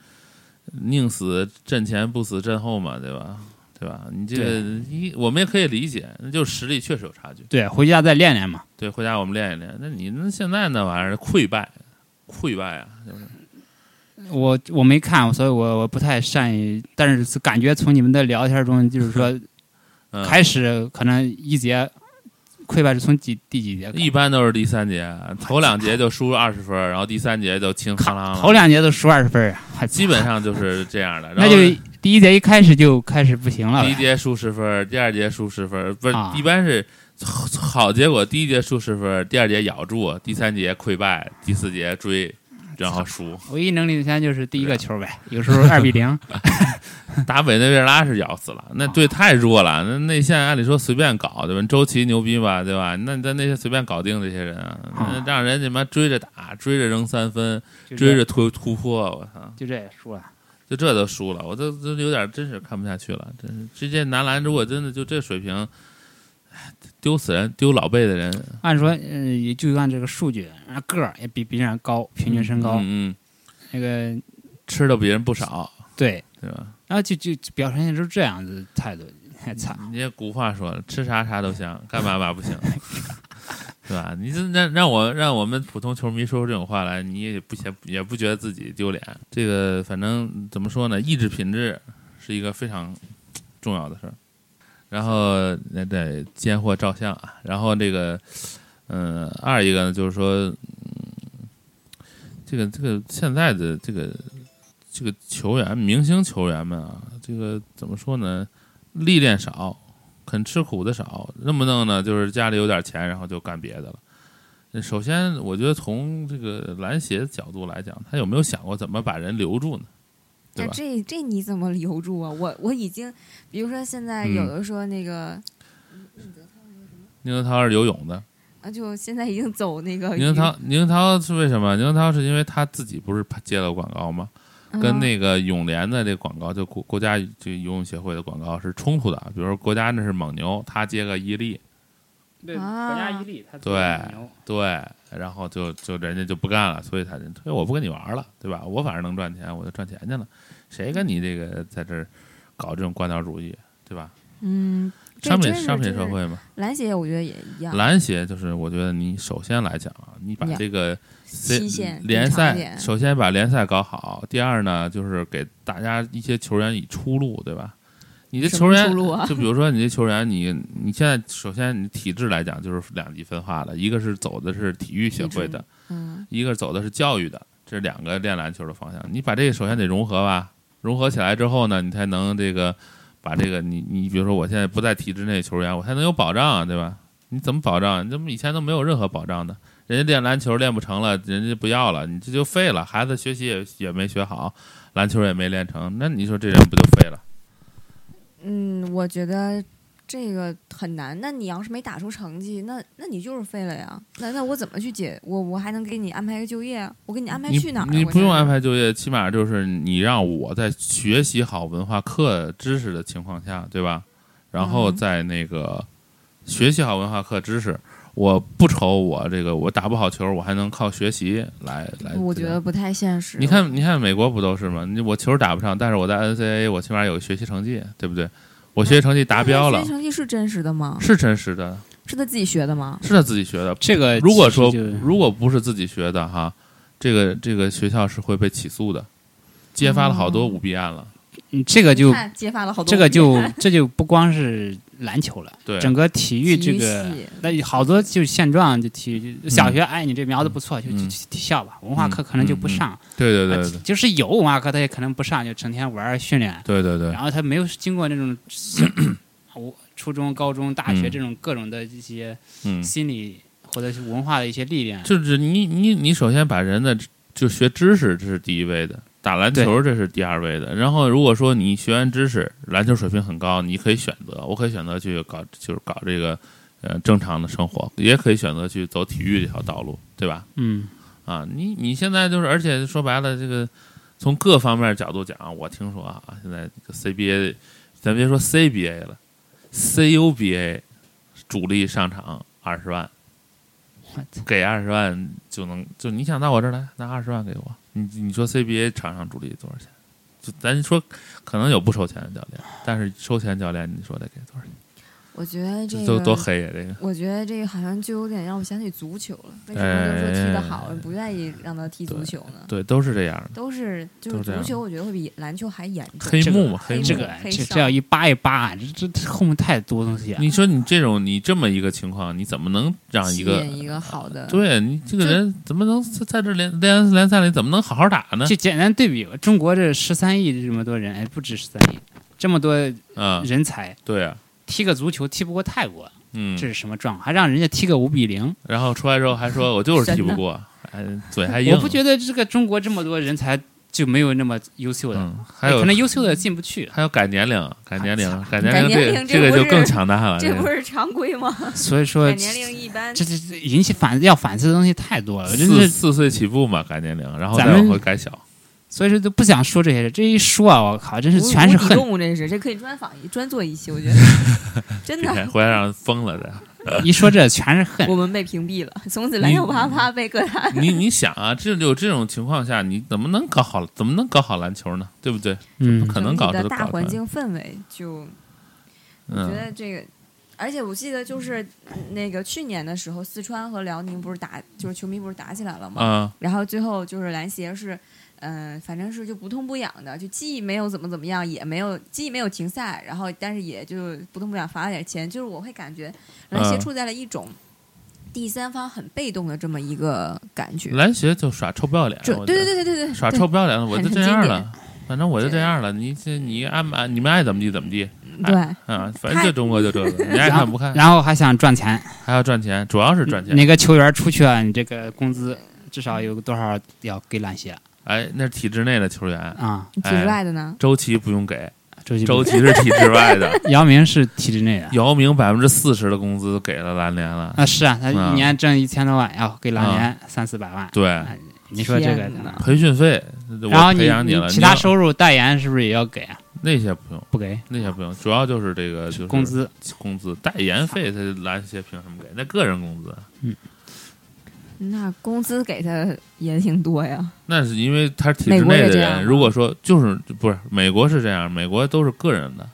Speaker 1: 宁死阵前不死阵后嘛，对吧？对吧？你这个
Speaker 2: 对
Speaker 1: 一我们也可以理解，那就实力确实有差距。
Speaker 2: 对，回家再练练嘛。
Speaker 1: 对，回家我们练一练。那你那现在那玩意儿溃败，溃败啊！就是
Speaker 2: 我我没看，所以我我不太善于，但是感觉从你们的聊天中，就是说
Speaker 1: 嗯，
Speaker 2: 开始可能一节溃败是从几第几节开始？
Speaker 1: 一般都是第三节，
Speaker 2: 啊
Speaker 1: 头两节就输二十分，然后第三节就轻扛啷了，
Speaker 2: 头两节都输二十分儿啊，还
Speaker 1: 基本上就是这 样的。然
Speaker 2: 那
Speaker 1: 后
Speaker 2: 就第一节一开始就开始不行了呗。
Speaker 1: 第一节输十分，第二节输十分，不是、
Speaker 2: 啊
Speaker 1: 一般是好好结果，第一节输十分，第二节咬住，第三节溃败，第四节追，然后输。
Speaker 2: 唯一能领先就是第一
Speaker 1: 啊
Speaker 2: 个球呗，有时候二比 零。
Speaker 1: 打委内瑞拉是咬死了，那
Speaker 2: 哦
Speaker 1: 队太弱了，那内线按理说随便搞对吧？周琦牛逼吧对吧？那那那些随便搞定这些人啊，
Speaker 2: 啊
Speaker 1: 那让人家妈追着打，追着扔三分，
Speaker 2: 就这
Speaker 1: 追着突突破，我操！
Speaker 2: 就这也输了。
Speaker 1: 就这都输了，我都都有点真是看不下去了。真是，这届男篮如果真的就这水平，唉丢死人，丢老辈的人。
Speaker 2: 按说，嗯、也就按这个数据，啊个儿也比别人高，平均身高，
Speaker 1: 嗯嗯，
Speaker 2: 那个
Speaker 1: 吃的比人不少，
Speaker 2: 对，
Speaker 1: 对啊吧？
Speaker 2: 然后就就就表现出这样子态度，还操，
Speaker 1: 人家古话说了，吃啥啥都香，干嘛嘛不行，对吧？你这让让我让我们普通球迷说出这种话来，你也不嫌也不觉得自己丢脸。这个反正怎么说呢，意志品质是一个非常重要的事儿。然后那得监货照相啊，然后这个，嗯、二一个呢就是说，嗯，这个这个现在的这个这个球员，明星球员们啊，这个怎么说呢？历练少，肯吃苦的少，弄不弄呢？就是家里有点钱，然后就干别的了。那首先，我觉得从这个篮协的角度来讲，他有没有想过怎么把人留住呢？对
Speaker 3: 那
Speaker 1: 吧？
Speaker 3: 这这你怎么留住啊？我我已经，比如说现在有
Speaker 1: 嗯
Speaker 3: 的说那个，
Speaker 1: 宁泽涛是游泳的，
Speaker 3: 啊，就现在已经走那个
Speaker 1: 宁
Speaker 3: 鱼
Speaker 1: 涛，宁涛是为什么？宁涛是因为他自己不是接了广告吗？
Speaker 3: 嗯啊
Speaker 1: 跟那个泳联的这广告，就国国家这游泳协会的广告是冲突的。比如说国家那是蒙牛，他接个伊利，
Speaker 2: 对
Speaker 3: 啊国家一
Speaker 2: 力，他
Speaker 1: 对对，然后就就人家就不干了，所以他就对我不跟你玩了，对吧？我反正能赚钱，我就赚钱去了，谁跟你这个在这儿搞这种官僚主义，对吧？
Speaker 3: 嗯，对
Speaker 1: 商品
Speaker 3: 真是
Speaker 1: 商品
Speaker 3: 真
Speaker 1: 社
Speaker 3: 是
Speaker 1: 会嘛，
Speaker 3: 篮协我觉得也一样，
Speaker 1: 篮协就是我觉得你首先来讲啊，你把
Speaker 3: 呀
Speaker 1: 这个
Speaker 3: 期限
Speaker 1: 联
Speaker 3: 更长一
Speaker 1: 赛，
Speaker 3: 点
Speaker 1: 首先把联赛搞好，第二呢就是给大家一些球员以出路，对吧？你这
Speaker 3: 什
Speaker 1: 球
Speaker 3: 么
Speaker 1: 员
Speaker 3: 出路啊
Speaker 1: 就比如说你这球员，你你现在首先你体制来讲就是两极分化的，一个是走的是体育协会的，
Speaker 3: 嗯，
Speaker 1: 一个走的是教育的，这是两个练篮球的方向。你把这个首先得融合吧，融合起来之后呢，你才能这个把这个你你比如说我现在不在体制内的球员，我才能有保障啊，对吧？你怎么保障？你怎么以前都没有任何保障的？人家练篮球练不成了，人家不要了，你这就废了。孩子学习也也没学好，篮球也没练成，那你说这人不就废了？
Speaker 3: 嗯，我觉得这个很难。那你要是没打出成绩，那那你就是废了呀。那那我怎么去解？我我还能给你安排个就业啊？我给你安排
Speaker 1: 你
Speaker 3: 去哪儿啊？
Speaker 1: 你
Speaker 3: 我
Speaker 1: 不用
Speaker 3: 现在
Speaker 1: 安。排就业，起码就是你让我在学习好文化课知识的情况下，对吧？然后
Speaker 3: 嗯
Speaker 1: 在那个学习好文化课知识，我不愁我这个我打不好球，我还能靠学习来来。
Speaker 3: 我觉得。不太现实。
Speaker 1: 你看，你看美国不都是吗？你我球打不上，但是我在 NCAA 我起码有学习成绩，对不对？我学习成绩达
Speaker 3: 那
Speaker 1: 标了
Speaker 3: 他学习，成绩是真实的吗？
Speaker 1: 是真实的，
Speaker 3: 是他自己学的吗？
Speaker 1: 是他自己学的。
Speaker 2: 这个
Speaker 1: 如果
Speaker 2: 呃其实
Speaker 1: 说
Speaker 2: 就
Speaker 1: 如果不是自己学的哈，这个这个学校是会被起诉的，揭发了好多
Speaker 3: 哦
Speaker 1: 舞弊案了。
Speaker 2: 嗯这个
Speaker 3: 你
Speaker 2: 就
Speaker 3: 看揭发了好多
Speaker 2: 这个就
Speaker 3: 问题
Speaker 2: 这就不光是篮球了，
Speaker 1: 对
Speaker 2: 整个体育
Speaker 3: 体
Speaker 2: 这
Speaker 3: 育
Speaker 2: 个
Speaker 3: 系，
Speaker 2: 那好多就现状就体育小学，哎，你这苗子不错，就去
Speaker 1: 嗯
Speaker 2: 去去校吧。文化课可能就不上，
Speaker 1: 对对对
Speaker 2: 啊就是有文化课他也可能不上，就成天玩儿训练，
Speaker 1: 对对对对
Speaker 2: 然后他没有经过 那种我初中、高中、大学
Speaker 1: 嗯
Speaker 2: 这种各种的一些
Speaker 1: 嗯，
Speaker 2: 心理或者是文化的一些历练。
Speaker 1: 就是你你你首先把人的就学知识这是第一位的，打篮球这是第二位的。然后如果说你学完知识，篮球水平很高，你可以选择，我可以选择去搞就是搞这个呃正常的生活，也可以选择去走体育这条道路，对吧？
Speaker 2: 嗯，
Speaker 1: 啊，你你现在就是，而且说白了，这个从各方面角度讲，我听说啊，现在这个 CBA，咱别说 CBA 了，CUBA 主力上场二十万
Speaker 2: What？
Speaker 1: 给二十万就能就你想到我这儿来拿二十万给我，你你说 CBA 场上主力多少钱？就咱说可能有不收钱的教练，但是收钱教练你说得给多少钱？
Speaker 3: 我觉得这
Speaker 1: 这
Speaker 3: 个
Speaker 1: 都多黑呀、这个
Speaker 3: 我觉得这个好像就有点让我想起足球了。为什么就说踢得好，
Speaker 1: 哎
Speaker 3: 不愿意让他踢足球呢？
Speaker 1: 对，都是这样的，
Speaker 3: 都是就
Speaker 1: 都
Speaker 3: 是
Speaker 1: 这样
Speaker 3: 足球，我觉得会比篮球还严重。
Speaker 1: 黑幕嘛，黑幕
Speaker 2: 这个
Speaker 3: 黑
Speaker 2: 这
Speaker 3: 哨
Speaker 2: 这要一扒一扒，这这后面太多东西啊。
Speaker 1: 你说你这种你这么一个情况，你怎么能让一个
Speaker 3: 吸引一个好的，
Speaker 1: 对啊你这个
Speaker 3: 就
Speaker 1: 人怎么能在在这联联联赛里怎么能好好打呢？
Speaker 2: 就简单对比吧，中国这十三亿这么多人，哎，不止十三亿，这么多
Speaker 1: 啊，
Speaker 2: 人才，
Speaker 1: 对啊，
Speaker 2: 踢个足球踢不过泰国，
Speaker 1: 嗯
Speaker 2: 这，是什么状况？还让人家踢个五比零，
Speaker 1: 然后出来之后还说我就是踢
Speaker 3: 神
Speaker 1: 不
Speaker 3: 呐
Speaker 1: 过，哎，嘴还硬，
Speaker 2: 我不觉得这个中国这么多人才就没有那么优秀的，
Speaker 1: 嗯，还有
Speaker 2: 哎可能优秀的进不去，
Speaker 1: 还有改年龄，改年龄，改
Speaker 3: 改
Speaker 1: 年
Speaker 3: 年
Speaker 1: 这
Speaker 3: 龄
Speaker 1: 这
Speaker 3: 这
Speaker 1: 个
Speaker 3: 不
Speaker 1: 就是更强大了，
Speaker 3: 这
Speaker 1: 个
Speaker 3: 不是常规吗？
Speaker 2: 所以说
Speaker 3: 改
Speaker 2: 这
Speaker 3: 哎年龄一般
Speaker 2: 这这引起反要反思的东西太多了，真
Speaker 1: 四
Speaker 2: 是
Speaker 1: 呃四岁起步嘛，改年龄，然后再
Speaker 2: 咱们
Speaker 1: 往后改小，
Speaker 2: 所以说都不想说这些事，这一说啊，我靠，真是
Speaker 3: 无
Speaker 2: 全是
Speaker 3: 无底
Speaker 2: 恨，
Speaker 3: 洞，这是这可以专访一专做一期，我觉 得真
Speaker 1: 别
Speaker 3: 的。
Speaker 1: 回来让人疯了再。
Speaker 2: 一说这全是恨
Speaker 3: 我，们被屏蔽了，从此篮球啪啪被各大
Speaker 1: 你你想啊，这有这种情况下，你怎么能搞好怎么能搞好篮球呢？对不对？
Speaker 2: 嗯
Speaker 1: 可能
Speaker 3: 整
Speaker 1: 搞
Speaker 3: 体
Speaker 1: 这
Speaker 3: 的
Speaker 1: 个
Speaker 3: 大
Speaker 1: 搞出
Speaker 3: 环
Speaker 1: 来，
Speaker 3: 境氛围就我觉
Speaker 1: 嗯，
Speaker 3: 得这个，而且我记得就是那个去年的时候，四川和辽宁不是打，就是球迷不是打起来了吗？
Speaker 1: 啊，
Speaker 3: 然后最后就是篮协是，嗯、反正是就不痛不痒的，就既没有怎么怎么样，也没有既没有停赛，然后但是也就不痛不痒罚了点钱，就是我会感觉篮协
Speaker 1: 嗯
Speaker 3: 处在了一种第三方很被动的这么一个感觉。
Speaker 1: 篮协就耍臭不要脸，
Speaker 3: 这
Speaker 1: 哎我觉
Speaker 3: 对
Speaker 1: 得
Speaker 3: 对对对对对，
Speaker 1: 耍臭不要脸的，我就
Speaker 3: 很
Speaker 1: 这样
Speaker 3: 经
Speaker 1: 了，反正我就这样了，你这你爱不爱你们爱怎么地怎么地
Speaker 3: 对对，
Speaker 1: 啊，反正就中国就这 个，你爱
Speaker 2: 然
Speaker 1: 看
Speaker 2: 后
Speaker 1: 不看，
Speaker 2: 然后还想赚钱，
Speaker 1: 还要赚钱，主要是赚钱。
Speaker 2: 哪个球员出去啊？你这个工资至少有多少要给篮协
Speaker 1: 哎，那是体制内的球员，
Speaker 2: 啊？
Speaker 3: 体制外的呢？
Speaker 1: 周琦不用给，
Speaker 2: 周琦，
Speaker 1: 周琦是体制外的。
Speaker 2: 姚明是体制内的
Speaker 1: 姚明百分之四十的工资给了篮联了，
Speaker 2: 啊，是啊，他
Speaker 1: 啊
Speaker 2: 一年挣一千多万，要给篮联三四百万。
Speaker 1: 对，
Speaker 2: 你说这个
Speaker 3: 天，哪
Speaker 1: 培训费
Speaker 2: 哎然后
Speaker 1: 我
Speaker 2: 你
Speaker 1: 培养
Speaker 2: 你
Speaker 1: 了，
Speaker 2: 其他
Speaker 1: 要
Speaker 2: 收入代言是不是也要给啊？
Speaker 1: 那些不用，
Speaker 2: 不给
Speaker 1: 那些不用，主要就是这个就是
Speaker 2: 工资，
Speaker 1: 工资代言费，他篮协凭什么给？那个人工资，
Speaker 3: 那工资给他也挺多呀。
Speaker 1: 那是因为他是体制
Speaker 3: 美国
Speaker 1: 内
Speaker 3: 也
Speaker 1: 的
Speaker 3: 这样
Speaker 1: 人，
Speaker 3: 吗
Speaker 1: 如果说就是不是美国是这样，美国都是个人的，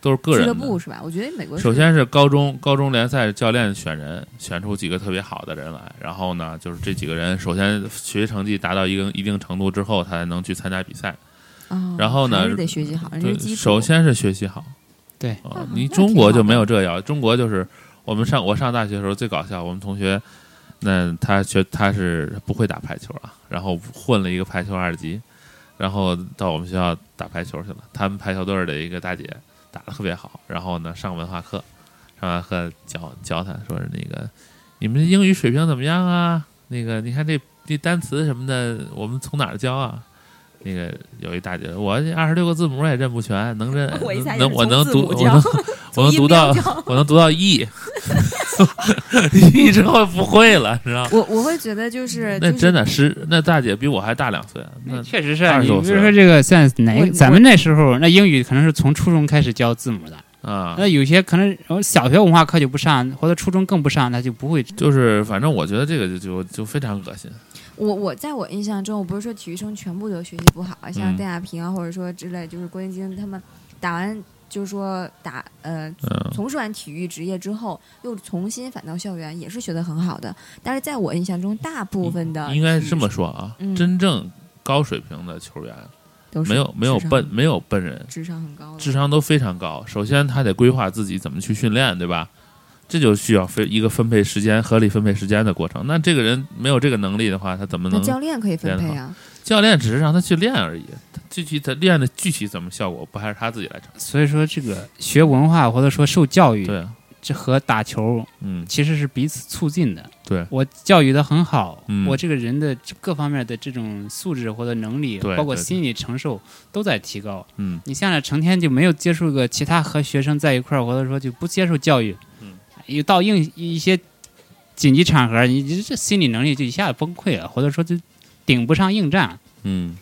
Speaker 1: 都是个
Speaker 3: 俱
Speaker 1: 人
Speaker 3: 乐
Speaker 1: 的。
Speaker 3: 部是吧？我觉得美国
Speaker 1: 首
Speaker 3: 是
Speaker 1: 先是高中高中联赛教练选人，选出几个特别好的人来，然后呢，就是这几个人首先学习成绩达到一定一定程度之后，他才能去参加比赛。
Speaker 3: 哦
Speaker 1: 然后呢
Speaker 3: 还是得学习好，这
Speaker 1: 对
Speaker 3: 是基，础。
Speaker 1: 首先是学习好。
Speaker 2: 对
Speaker 1: 啊、
Speaker 3: 嗯那
Speaker 1: 你
Speaker 3: 那
Speaker 1: 中
Speaker 3: 挺
Speaker 1: 国
Speaker 3: 好
Speaker 1: 就
Speaker 3: 的
Speaker 1: 没有这要，中国就是我们上我上大学的时候最搞笑，我们同学，那他学他是不会打排球啊，然后混了一个排球二级，然后到我们学校打排球去了。他们排球队儿的一个大姐打的特别好，然后呢上文化课，上完课教教他说是那个你们英语水平怎么样啊？那个你看这这单词什么的，我们从哪儿教啊？那个有一大姐，我二十六个字母也认不全，能认
Speaker 3: 我一下
Speaker 1: 能
Speaker 3: 也是
Speaker 1: 我
Speaker 3: 从
Speaker 1: 能
Speaker 3: 字
Speaker 1: 读
Speaker 3: 母
Speaker 1: 我
Speaker 3: 教
Speaker 1: 能 我能读
Speaker 3: 从音
Speaker 1: 到
Speaker 3: 标教
Speaker 1: 我能读到 e，e 之后不会了，你知道吗？
Speaker 3: 我我会觉得就
Speaker 1: 嗯
Speaker 3: 是
Speaker 1: 那
Speaker 3: 就是
Speaker 1: 真的是那大姐比我还大两岁，那
Speaker 2: 确实是啊
Speaker 1: 二十
Speaker 2: 你
Speaker 1: 多
Speaker 2: 比
Speaker 1: 岁
Speaker 2: 如说这个像哪
Speaker 3: 嗯我
Speaker 2: 个，咱们那时候那英语可能是从初中开始教字母的，
Speaker 1: 啊
Speaker 2: 那，有些可能呃小学文化课就不上，或者初中更不上，他就不会。
Speaker 1: 就是反正我觉得这个就就就非常恶心。
Speaker 3: 我我在我印象中，我不是说体育生全部都学习不好啊，
Speaker 1: 嗯
Speaker 3: 像邓亚萍啊，或者说之类，就是郭晶晶他们打完就是说打呃
Speaker 1: 嗯，
Speaker 3: 从事完体育职业之后，又重新返到校园，也是学得很好的。但是在我印象中，大部分的
Speaker 1: 应该
Speaker 3: 体育
Speaker 1: 这么说啊，
Speaker 3: 嗯
Speaker 1: 真正高水平的球员
Speaker 3: 都是
Speaker 1: 没有没有
Speaker 3: 智商
Speaker 1: 笨没有笨人，
Speaker 3: 智商很高的，
Speaker 1: 智商都非常高。首先，他得规划自己怎么去训练，对吧？这就需要分一个分配时间、合理分配时间的过程。那这个人没有这个能力的话，他怎么
Speaker 3: 那
Speaker 1: 能？
Speaker 3: 教练可以分配啊。
Speaker 1: 教练只是让他去练而已，他具体他练的具体怎么效果，不还是他自己来承担？
Speaker 2: 所以说这个学文化或者说受教育，
Speaker 1: 对啊，
Speaker 2: 这和打球
Speaker 1: 嗯，
Speaker 2: 其实是彼此促进的。
Speaker 1: 对
Speaker 2: 我教育的很好，
Speaker 1: 嗯
Speaker 2: 我这个人的这各方面的这种素质或者能力
Speaker 1: 对，
Speaker 2: 包括
Speaker 1: 对对
Speaker 2: 心理承受都在提高。
Speaker 1: 嗯，
Speaker 2: 你现在成天就没有接触个其他和学生在一块儿，或者说就不接受教育，
Speaker 1: 嗯，
Speaker 2: 一到应一些紧急场合，你这心理能力就一下子崩溃了，或者说就顶不上应战。
Speaker 1: 嗯，